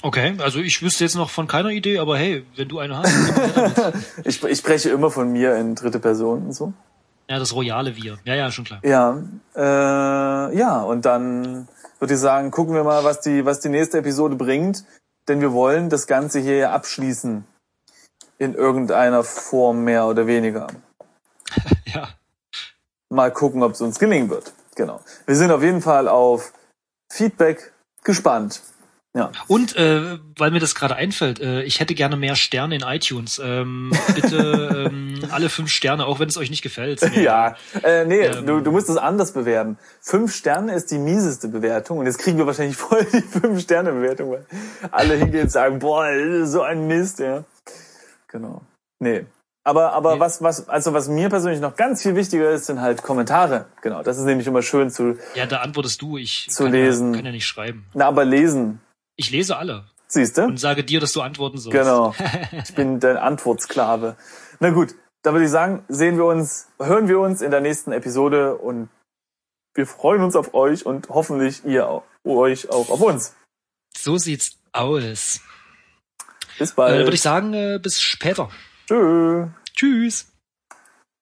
[SPEAKER 1] Okay, also ich wüsste jetzt noch von keiner Idee, aber hey, wenn du eine hast,
[SPEAKER 2] Ich, ich spreche immer von mir in dritte Person und so.
[SPEAKER 1] ja, das royale Wir. Ja, ja, schon klar.
[SPEAKER 2] Ja, äh, ja, und dann würde ich sagen, gucken wir mal, was die, was die nächste Episode bringt, denn wir wollen das Ganze hier ja abschließen. In irgendeiner Form mehr oder weniger.
[SPEAKER 1] Ja.
[SPEAKER 2] Mal gucken, ob es uns gelingen wird. Genau. Wir sind auf jeden Fall auf Feedback gespannt. Ja.
[SPEAKER 1] Und äh, weil mir das gerade einfällt, äh, ich hätte gerne mehr Sterne in iTunes. Ähm, bitte ähm, alle fünf Sterne, auch wenn es euch nicht gefällt.
[SPEAKER 2] Ja, äh, nee,
[SPEAKER 1] Ähm.
[SPEAKER 2] du, du musst es anders bewerten. Fünf Sterne ist die mieseste Bewertung und jetzt kriegen wir wahrscheinlich voll die Fünf-Sterne-Bewertung, weil alle hingehen und sagen, boah, so ein Mist, ja. Genau. Nee. Aber, aber
[SPEAKER 1] Nee.
[SPEAKER 2] was, was, also was mir persönlich noch ganz viel wichtiger ist, sind halt Kommentare. Genau. Das ist nämlich immer schön zu,
[SPEAKER 1] Ja, da antwortest du. Ich
[SPEAKER 2] Zu
[SPEAKER 1] kann,
[SPEAKER 2] lesen.
[SPEAKER 1] Ja, kann ja nicht schreiben.
[SPEAKER 2] na, aber lesen.
[SPEAKER 1] Ich lese alle
[SPEAKER 2] Siehst du?
[SPEAKER 1] und sage dir, dass du antworten sollst.
[SPEAKER 2] Genau. Ich bin dein Antwortsklave. Na gut, da würde ich sagen, sehen wir uns, hören wir uns in der nächsten Episode und wir freuen uns auf euch und hoffentlich ihr auch, euch auch auf uns.
[SPEAKER 1] So sieht's aus.
[SPEAKER 2] Bis
[SPEAKER 1] Äh,
[SPEAKER 2] bald.
[SPEAKER 1] Würde ich sagen, äh, bis später.
[SPEAKER 2] Tschüss.
[SPEAKER 1] Tschüss.